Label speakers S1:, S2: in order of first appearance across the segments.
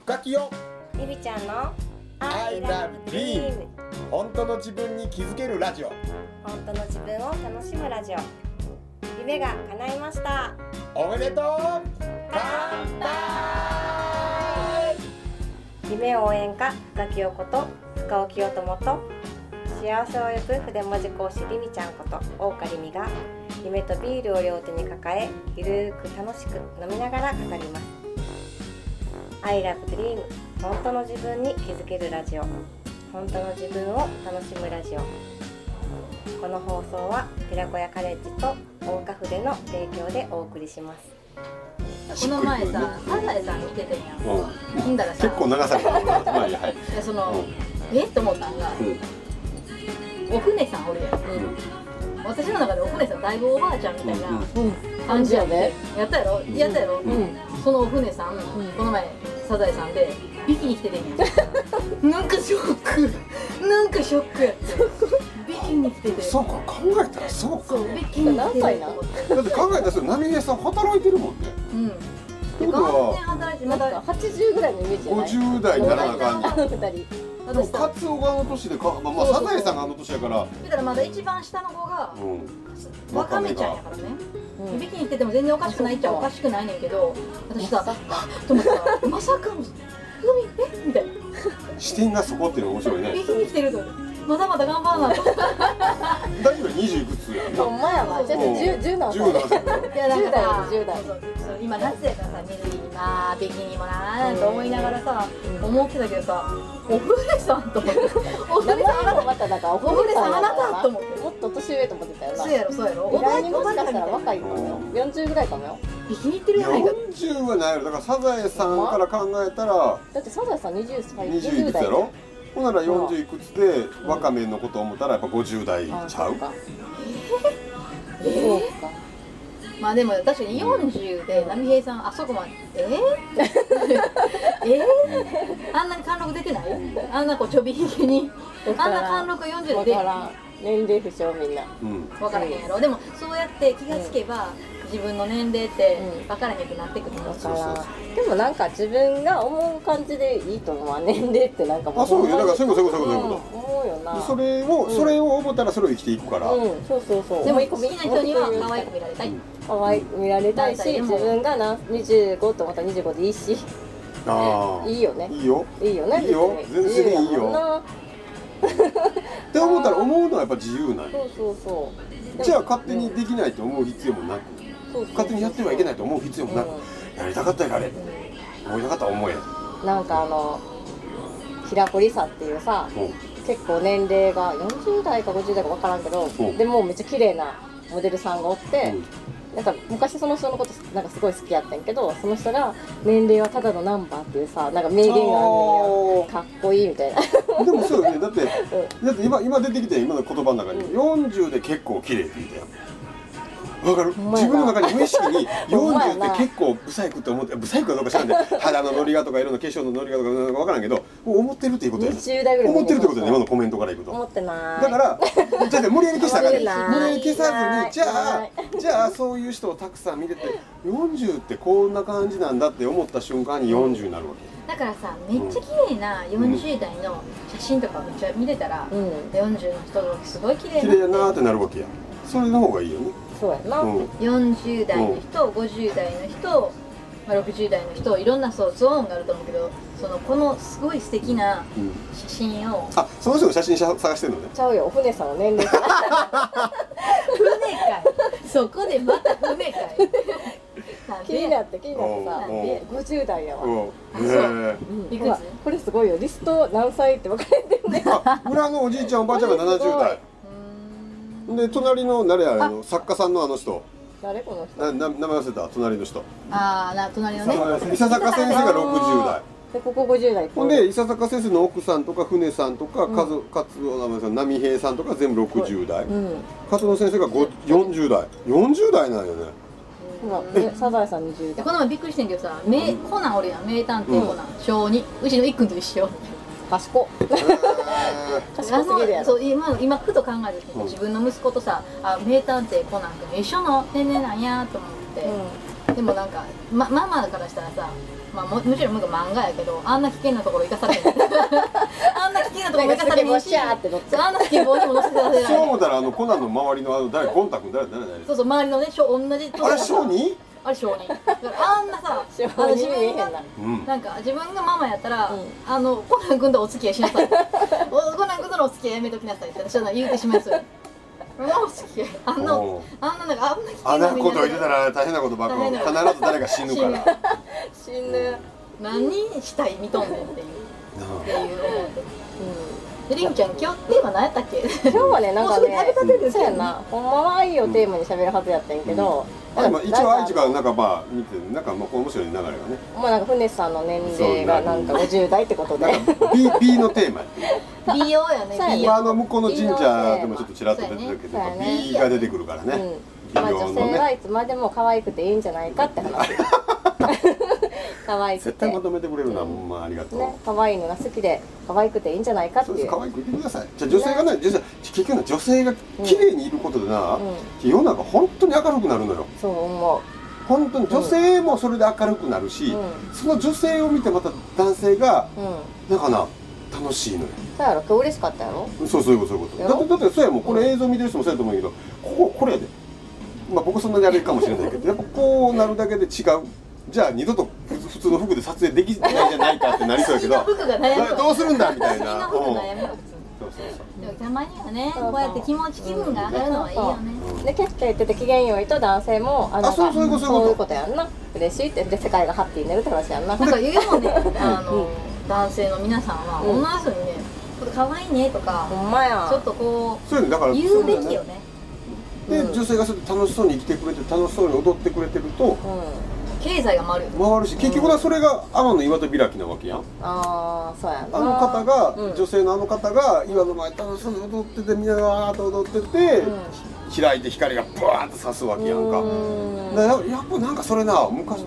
S1: 深きよ
S2: ゆりちゃんの
S1: I love dream 本当の自分に気づけるラジオ
S2: 本当の自分を楽しむラジオ夢が叶いました
S1: おめでとう乾杯
S2: 夢応援歌深木陽子と深尾清友と幸せを呼ぶ筆文字講師りみちゃんこと大岡りみが夢とビールを両手に抱えゆるーく楽しく飲みながら語ります I love dream 本当の自分に気づけるラジオ本当の自分を楽しむラジオこの放送は寺子屋カレッジと大岡筆の提供でお送りします
S3: この前さ「サザエさん」見ててんやん
S4: うん
S3: ほんだらさ
S4: 結構流されたまあいいやはい
S3: いやその、
S4: うん
S3: えっと思ったんが、
S4: うん
S3: お船さんおるやん、私の中でお船さんだいぶおばあちゃんみたいな
S5: うん、
S3: 感じやで、やったやろやったやろ、
S5: うん、
S3: そのお船さん、
S5: ん
S3: この前サザエさんでビキに来ててんやん なんかショックなんかショックやってビキに来てて
S4: そうか考えたらそうか
S3: そうビキに来て
S5: 何歳
S3: て
S5: な
S3: と
S5: ん
S3: 思って
S4: だって考えたらそれ波平さん働いてるもんね
S3: うんで
S4: てこと
S3: 完
S4: は
S3: 全働いて
S5: な
S3: ま
S5: んか
S3: だ
S5: 八十ぐらいのイメージじゃない。
S4: 50代にならなあかんねん
S5: あの二人。
S4: でも
S3: 私
S4: カ
S3: さ
S4: ツオがあの年でか、まあ、まあ
S5: そう
S4: サ
S5: そう
S4: ザエさんがあの年やから、
S3: 見たらまだ一番下の子が
S4: うん、
S3: わかめちゃんやからね
S5: う
S3: いびきに行ってても全然おかしくないっちゃおかしくないねんけど私さ「はっと思ったらまさかの「飲みえみたいな
S4: 視点がそこっていうのが面白い
S3: 「い
S4: ね
S3: びきに来てる」と思ってまだまだ頑張らなと思っ
S4: 大丈夫二十靴やんな
S5: ほんまやわ。じゃあ
S4: うん
S5: 十十なの。
S4: 十何歳だよ
S3: ていやなんかさ
S5: 10代10代
S3: そうそうそう今夏やからさ水着にまあビキにもなーと思いながらさ
S5: うん
S3: 思ってたけどさ「おふれさん」と思 って「おふ
S5: 名
S3: れさんあ
S5: 前
S3: な
S5: も
S3: た」
S5: またなんかお
S3: おふ
S5: ふ
S3: れ
S5: れ
S3: さ
S5: さ
S3: ん
S5: ん
S3: あな
S5: や
S3: た
S5: な
S3: と思って
S5: もっと年上と思ってたよ
S3: そう
S5: な。
S3: やろそうやろ
S5: 意外にもしかしたら
S3: おばあちゃんみ
S5: 若いかもよ
S4: う。
S5: 四十ぐらいかもよ。
S3: たいなビキに行ってるやないか
S4: 四十はないやろだからサザエさんから考えたら
S5: だってサザエさん二十歳
S4: 二
S5: 二
S4: 十い
S5: 十
S4: くつ
S5: 代
S4: やろほんなら四十いくつでわかめのこと思ったらやっぱ五十代ち
S5: あ
S4: ゃ
S5: そううか。そうか。
S3: まあでも確かに40で波平さんあそこまで えー、えー、あんなに貫禄出てないあんなこうちょびひげに
S5: だか
S3: あんな
S5: ら
S3: 貫禄40
S5: わ
S3: で
S5: からん。年齢不詳みんな。
S4: うん
S3: 分からへんやろでもそうやって気がつけば自分の年齢って
S5: うん
S3: 分からへんくなってくるの
S5: わ
S3: う
S5: から
S4: そうそ
S5: ん。でもなんか自分が思う感じでいいと思うわ。年齢ってなんかも
S4: あそうよだからそういうことそういうことそういうこと
S5: うん思うよな。
S4: でそれを、
S5: うん
S4: それを思ったらそれを生きていくから、
S5: うん、そうそうそう。
S3: でも
S5: 思い込
S3: 好
S5: み
S3: きな人には可愛く見られたい
S5: 可愛い見られたいし、
S3: で
S5: 自
S3: も
S5: 分がな25と思ったら25でいいし、
S4: ああ
S5: いいよね。
S4: いいよ
S5: いいよね。
S4: いいよ
S5: 別に
S4: 全然いいよ
S5: 自由やもんな
S4: って思ったら思うのはやっぱ自由なんや
S5: そうそうそう。
S4: じゃあ勝手に
S5: うん
S4: できないと思う必要もなく
S5: そうそうそう
S4: 勝手にやってはいけないと思う必要もなく、やりたかったらやれ思いたかったら思え
S5: うんなんかあの平子りさっていうさ、
S4: うん
S5: 結構年齢が40代か50代か分からんけど
S4: うん、
S5: でもめっちゃ綺麗なモデルさんがおっ
S4: う
S5: て。
S4: ん
S5: なんか昔その人のことなんかすごい好きやったんやけどその人が「年齢はただのナンバー」っていうさなんか名言があるんねやかっこいいみたい な
S4: でもそうよねだってだって今今出てきて今の言葉の中に40で結構綺麗って言ったよわかる
S5: んま
S4: 自
S5: やな
S4: 分の中に無意識に
S5: ほんまや
S4: 40
S5: な
S4: って結構ブサイクって思ってブサイクかどうか知らんで肌のノリがとか色の化粧のノリがとかなんか分からんけど思ってるっていうことやね
S5: 20代ぐらい
S4: 思ってるってことやね今
S5: 思
S4: のコメントからいくと
S5: ってない
S4: だから、じゃあね無理やり消した らあかんねん
S5: 無
S4: 無
S5: 理
S4: 理
S5: や
S4: や
S5: り
S4: り消
S5: 消さ
S4: さ
S5: ない
S4: ずに、じゃあ、じゃあ、そういう人をたくさん見てて、40ってこんな感じなんだって思った瞬間に40になるわけ。
S3: だからさめっちゃ綺麗な40代の写真とかめっちゃ見てたら、
S5: うん
S3: 40の人がすごい綺麗
S4: 綺麗
S3: な
S4: やなーってなるわけや。それの方がいいよね。
S5: そうやな、
S4: うん。
S3: 40代の人、50代の人、まあ、60代の人いろんなそうゾーンがあると思うけどそのこのすごい素敵な
S4: うん、
S3: 写真を
S4: あ、その人の写真しゃ探してるのね。
S5: ちゃうよお船さんの年齢から
S3: 船かいそこでまた船かいなん
S5: 気に
S3: で
S5: なって気になってさ
S4: うん
S5: で50代やわ、うん
S4: うん。
S3: そう
S4: へ
S3: いくつ
S5: ほらこれすごいよリスト何歳って分かれてるね
S4: え。あ、村のおじいちゃん、おばあちゃんが70代。で、隣の、誰や、あの、作家さんのあの人。
S5: 誰この人
S4: な、な、名前忘れた、隣の人。
S3: ああな隣のね
S4: 伊佐坂先生が60代。
S5: でここ50代
S4: ほんで伊佐坂先生の奥さんとか船さんとか、
S5: うん
S4: カズカツオのさん波平さんとか全部60代、
S5: うん
S4: カツオの先生がご40代40代なん よね
S5: ほらでサザエさん20
S3: で
S5: 代
S3: この前びっくりしてんけどさ名、コナンおるやん名探偵コナン、小2うちのいっくんと一緒
S5: 賢っ賢す
S3: あ
S5: ぎるや
S3: の
S5: ろ
S3: そう今今ふと考えて、
S4: うん
S3: 自分の息子とさあ名探偵コナン 君一緒の年齢なんやと思って、でもなんか、ま、ママからしたらさまあ、もむしろ向こう漫画やけどあんな危険なところ行かされへ んあんな危険なところ行かされへんし
S5: なんかスケボーシャーって乗って
S3: そうあんなスケボーにも乗せてくださ
S4: そう
S3: い
S4: 思ったらあのコナンの周りのあの誰ゴンタ君誰誰誰
S3: そうそう周りのねしょ同じ
S4: あれ小児
S3: あれ小児だからあんなさ
S5: 小
S3: あの
S5: 児に見えへんな
S3: が
S4: うん
S3: なんか自分がママやったら、
S5: うん
S3: あのコナン君とお付き合いしなさいおコナン君とのお付き合いやめときなさいって私はなんか言うてしまいそうやもうお付き合いあんな
S4: おう
S3: あんななんかあんな危険
S4: あんなこと言
S3: 入
S4: って
S3: れ
S4: たら大変なことばっかり必ず誰か死ぬからな
S5: 死ぬ
S3: 何したい見とんねんっていうって
S4: あ
S3: いう思って
S5: うん
S3: でりんちゃん今日テーマ何やったっけ
S5: 今日はねなんか
S3: もうそれ
S5: ね
S3: 食べたてです
S5: そう
S3: けど
S5: やなほんまは愛をテーマに喋るはずやったんやけど、
S4: でも一応愛知
S5: が
S4: からなんかまあ見てなんかまあこう面白い流れがね
S5: もうなんか船さんの年齢がなんか50代ってことで
S4: なんか B, B のテーマやってる
S3: 美容やね
S5: そうやね
S3: 美
S4: まあ
S3: 容
S4: あの向こうの神社でもちょっとちらっと出てるけど、
S5: そ
S4: や
S5: うや
S4: っ
S5: ね
S4: ぱ B が出てくるからね、
S5: うん、まあ
S4: 美容
S5: 女
S4: のね
S5: 性はいつまでも可愛くていいんじゃないかっ て話可愛く
S4: 絶
S5: て
S4: 対まとめてくれるな、ほんまありがとう、
S5: ね可愛いのが好きで可愛くていいんじゃないかって
S4: そう
S5: い
S4: です
S5: う
S4: 可愛く言ってくださいじゃあ女性がね女性結局ね女性が綺麗にいることでな、
S5: うん
S4: 世の中本当に明るくなるのよ
S5: そう思
S4: 本当に女性もそれで明るくなるし、
S5: う
S4: その女性を見てまた男性が
S5: ううん
S4: なんかな楽しいのよ
S5: そうやろ今日嬉しかったやろ
S4: そうそういうことそういうこと
S5: や
S4: だっ
S5: ろ
S4: てだってそうやもんこれ映像見てる人もそうやと思うけどこここれやでまあ僕そんなにあれかもしれないけどやっぱこうなるだけで違うじゃあ二度と普普通の服で撮影できないんじゃないかってなりそうやけ ど
S3: 服が悩むわ
S4: どうするんだみたい
S3: 私
S4: なう
S3: の
S4: ん
S3: 服悩むわ普通に
S4: そうそうそう
S3: でもたまにはね
S5: そうそう
S3: こうやって気持ち気分が上がるのはいいよね
S5: でキャッキャ言ってて機嫌よいと男性もあなんか
S4: そうそういうことそういうこと
S5: そういうことやんな嬉しいってで世界がハッピーになるって話やんな
S3: なんか言うもんねあの
S5: う
S3: 男性の皆さんは
S5: うん
S3: 女の人にね「ちょっと可愛いね」とか
S5: ほんまや
S3: ちょっとこ
S4: そういうのだから
S3: う言うべきよね
S4: で
S5: うん
S4: 女性がそれで楽しそうに生きてくれて楽しそうに踊ってくれてると
S5: うん
S3: 経済が回るよね
S4: 回るし結局はそれが天の岩戸開きなわけやん
S5: ああそうやな
S4: あの方が、
S5: うん
S4: 女性のあの方が岩の前楽しそうに踊っててみんながわーっと踊ってて、開いて光がブワーンと差すわけやんか
S5: う ん
S4: だからやっぱなんかそれな昔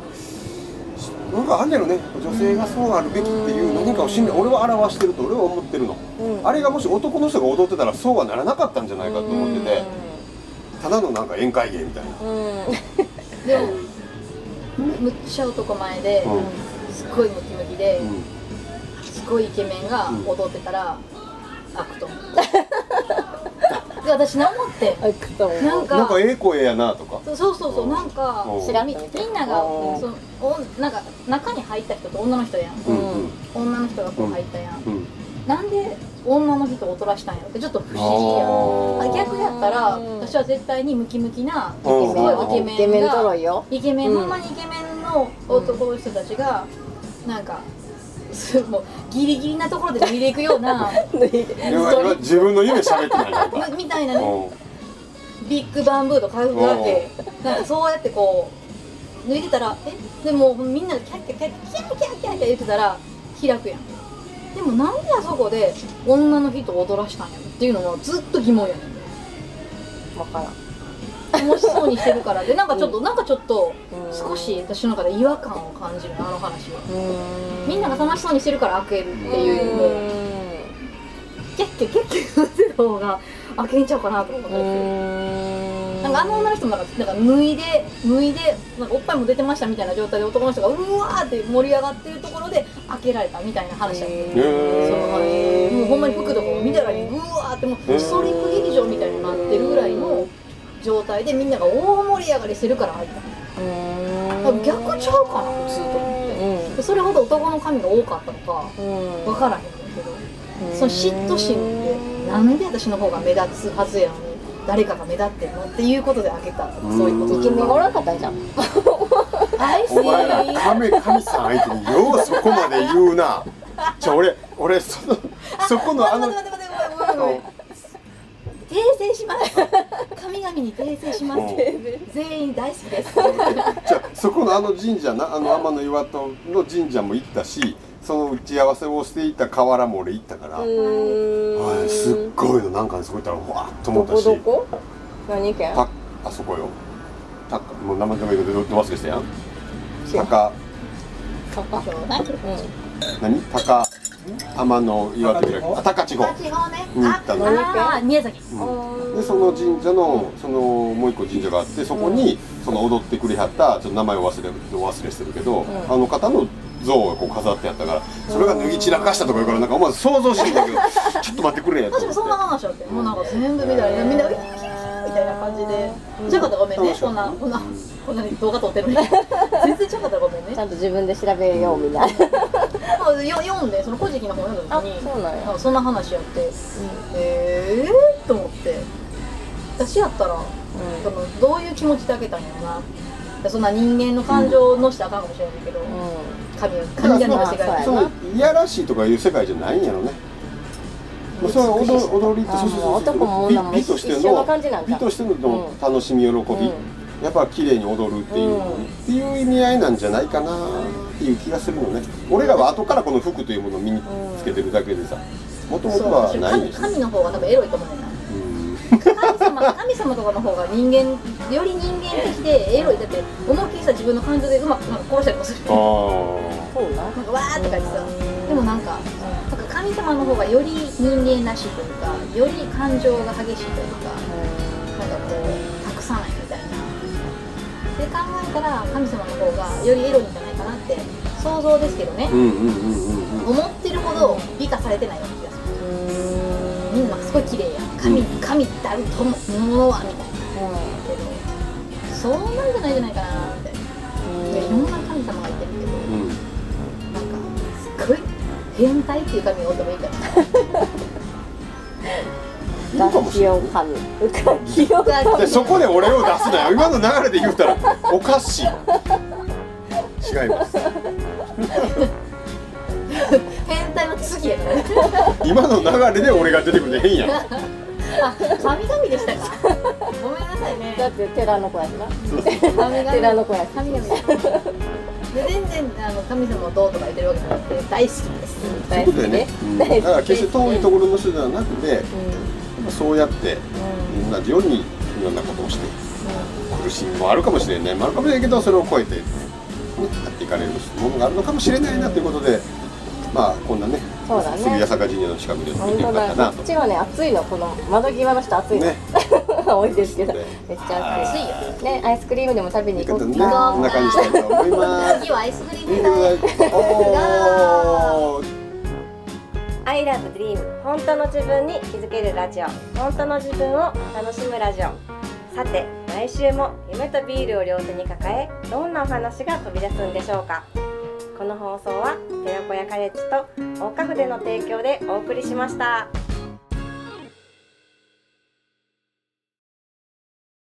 S4: なんかあんねやろね女性がそうあるべきっていう何かを信念俺は表してると俺は思ってるの、
S5: うん
S4: あれがもし男の人が踊ってたらそうはならなかったんじゃないかと思っててただのなんか宴会芸みたいな
S5: うん
S3: でもむっちゃ男前で
S4: うん
S3: すっごいムキムキで
S4: うん
S3: すごいイケメンが
S4: うん
S3: 踊ってたら悪と思 うで私何もって
S5: あくと思う
S3: なん
S4: なん
S3: か
S4: かええ声やなとか
S3: そうそうそうそうなんか
S4: うん
S5: 知らん
S3: み
S5: と見て
S3: みんなが
S5: うん
S3: そのおなんか中に入った人と女の人やん
S4: うん
S5: う
S4: うんん
S3: 女の人がこう入ったやん
S4: うん
S3: なんで女の人を劣らしたんやろってちょっと不思
S4: あ
S3: 議
S4: ー
S3: やんあ逆やったら
S5: うん
S3: 私は絶対にムキムキなす
S4: うん
S3: ごいイケメンが
S5: イケメンとろいよ
S3: イケメン、
S5: うん
S3: ほんまにイケメンの男の人たちが、なんかすもうギリギリなところで見れいくよ うな
S4: やばいやばい自分の夢喋ってないなんか
S3: みみたいなね
S4: うん
S3: ビッグバンブーと回復があってなんかそうやってこう抜いてたらえでもみんながキャッキャキャッキャキャッキャッキャッキャ言ってたら開くやんでもなんであそこで女の人を踊らしたんやろっていうのもずっと疑問やねん
S5: わからん
S3: 楽しそうにしてるからでなんかちょっと、なんかちょっと
S5: うん
S3: 少し私の中で違和感を感じるあの話は
S5: うん
S3: みんなが楽しそうにしてるから開けるっていうよりもキャッキャキャッキャさせる方が開けんちゃうかなと思ったんで
S5: う
S3: す
S5: ん
S3: よなんかあの女の人もなんかなんか脱いで脱いでなんかおっぱいも出てましたみたいな状態で男の人がうわーって盛り上がってるところで開けられたみたいな話だった、
S5: へ
S4: ー
S3: その話もうほんまに服とかも見たらに
S5: へ
S3: うわーって
S4: へ
S3: も
S4: ー
S3: うストリップ劇場みたいになってるぐらいの状態でみんなが大盛り上がりしてるから開いた
S5: うん
S3: 逆ちゃうかな普通と思ってでそれほど男の髪が多かったのか
S5: うん
S3: 分からへんねんけどその嫉妬心でな
S5: うん
S3: んで私の方が目立つはずやのに誰かが目立ってんのっていうことで開けたとかそういうこと
S5: 君
S3: と
S5: がお
S3: から
S5: んかったんじゃん
S3: 愛し
S4: お前ら神神さん相手にようそこまで言うなじゃあ俺俺そのそこのあの
S3: 待って待って待ってごめんごめんごめん訂正します神々に訂正します全員大好きです
S4: じゃあそこのあの神社なあの天の岩戸の神社も行ったしその打ち合わせをしていた河原も俺行ったから、は、
S5: はい
S4: すっごいのなんかねそこ行ったらわーっと思
S5: ど
S4: った
S5: こ
S4: し
S5: どこ何県
S4: たあそこよたもう名前でもいいけどど忘れしたやん
S5: 知らん
S4: 高
S5: そこうん
S4: 何高天の岩戸開きあ高千穂
S3: 地方ね
S4: に行ったのよ
S3: ああー宮崎
S4: うんでその神社のそのもう一個神社があってそこにその踊ってくれはったちょっと名前を忘れ忘れしてるけど、
S5: ん
S4: あの方の像がこう飾ってあったからそれが脱ぎ散らかしたとか言うからなんか思わず想像してんだ けどちょっと待ってくれやと
S3: 私
S4: 思
S3: も
S4: って
S3: そんな話あってもうなんか全部見たらみんな「うわヒューヒューみたいな感じでじゃなかったらごめんねこんなこんなこんなに動画撮ってるのに全然じゃなかったらごめんね
S5: ちゃんと自分で調べようみたいな。
S3: まあ、よ読んでその「古事記」の本読んだ時に
S5: あそうなんや
S3: んかそんな話やって、ええー、と思って私やったら、そのどういう気持ちであげたんやろなそんな人間の感情を乗せたらあかんかもしれないけど、神は神々の世界
S5: まあ
S4: そ
S5: そうう
S4: のいやらしいとかいう世界じゃないんやろね。まあ、それは踊踊りと
S5: あ
S4: そうそうそう
S5: 男も女も
S4: 美美として
S5: 一緒
S4: の
S5: な感じなんか
S4: 美としての
S5: うん
S4: 楽しみ喜び、
S5: ん
S4: やっぱ綺麗に踊るっていう、
S5: うん
S4: っていう意味合いなんじゃないかなっていう気がするのね。俺らは後からこの服というものを身につけてるだけでさ、もともとは
S3: そう
S4: ないん
S3: 神
S4: でしょ。
S3: 神の方が多分エロいと思うねんな
S4: うん
S3: 神様 神様とかの方が人間より人間的でエロいだって思いっきりさ自分の感情でうまくなんか殺したりもする
S4: あー
S3: よ
S5: そうな。
S3: なんかわーって感じさでもなんかなんか神様の方がより人間らしいというかより感情が激しいというかなんかこう託さないみたいなで考えたら神様の方がよりエロいんじゃないかなって想像ですけどね
S4: うんうんうんうんうん。
S3: 思ってるほど美化されてないような気がするみんなすごい綺麗やん神神たるともものはみたいなけどそうなんじゃないんじゃないかなみたいないやいろんな神様がいてるけど
S4: うん
S3: なんかすっごい変態っていう神がおってもいい から
S4: いるかもしれない。
S5: 神。浮気を神。
S4: でそこで俺を出すなよ今の流れで言ったらおかしい違います
S3: 変態の次やからね
S4: 今の流れで俺が出てくるで変やん
S3: あ神々でしたかごめんなさいね
S5: だって寺の子やしな。
S3: 神々
S5: 寺の子やし。
S3: 神々で全然あの神様をどうとか言ってるわけじゃなくて大好きです
S4: そういうことでね、うんだから決して遠いところの人ではなくて、そうやって同じようにいろんなことをして、苦しみもあるかもしれないもあるかもしれないけどそれを超えて、ね、やっていかれるものがあるのかもしれないなということでまあこんなね
S5: そうだね
S4: 杉谷坂神社の近くで見
S5: 本
S4: てよ
S5: 当
S4: かったな
S5: だ。
S4: と
S5: こっちはね暑いのこの窓際の人暑いの
S4: ね。
S5: 多いですけど
S4: ね
S5: めっちゃ暑い。暑いよ。ねアイスクリームでも食べ
S4: 見
S5: に行
S4: 方
S5: こ
S4: ね
S5: う
S4: こん
S5: かな。
S4: な感じしたいと思い ます。
S3: 次はアイスクリー
S4: 見
S3: ム
S4: てく
S3: だ
S4: ださい。おー
S2: アイラブドリーム本当の自分に気づけるラジオ本当の自分を楽しむラジオさて来週も夢とビールを両手に抱えどんなお話が飛び出すんでしょうかこの放送は寺子屋カレッジと大花筆の提供でお送りしました。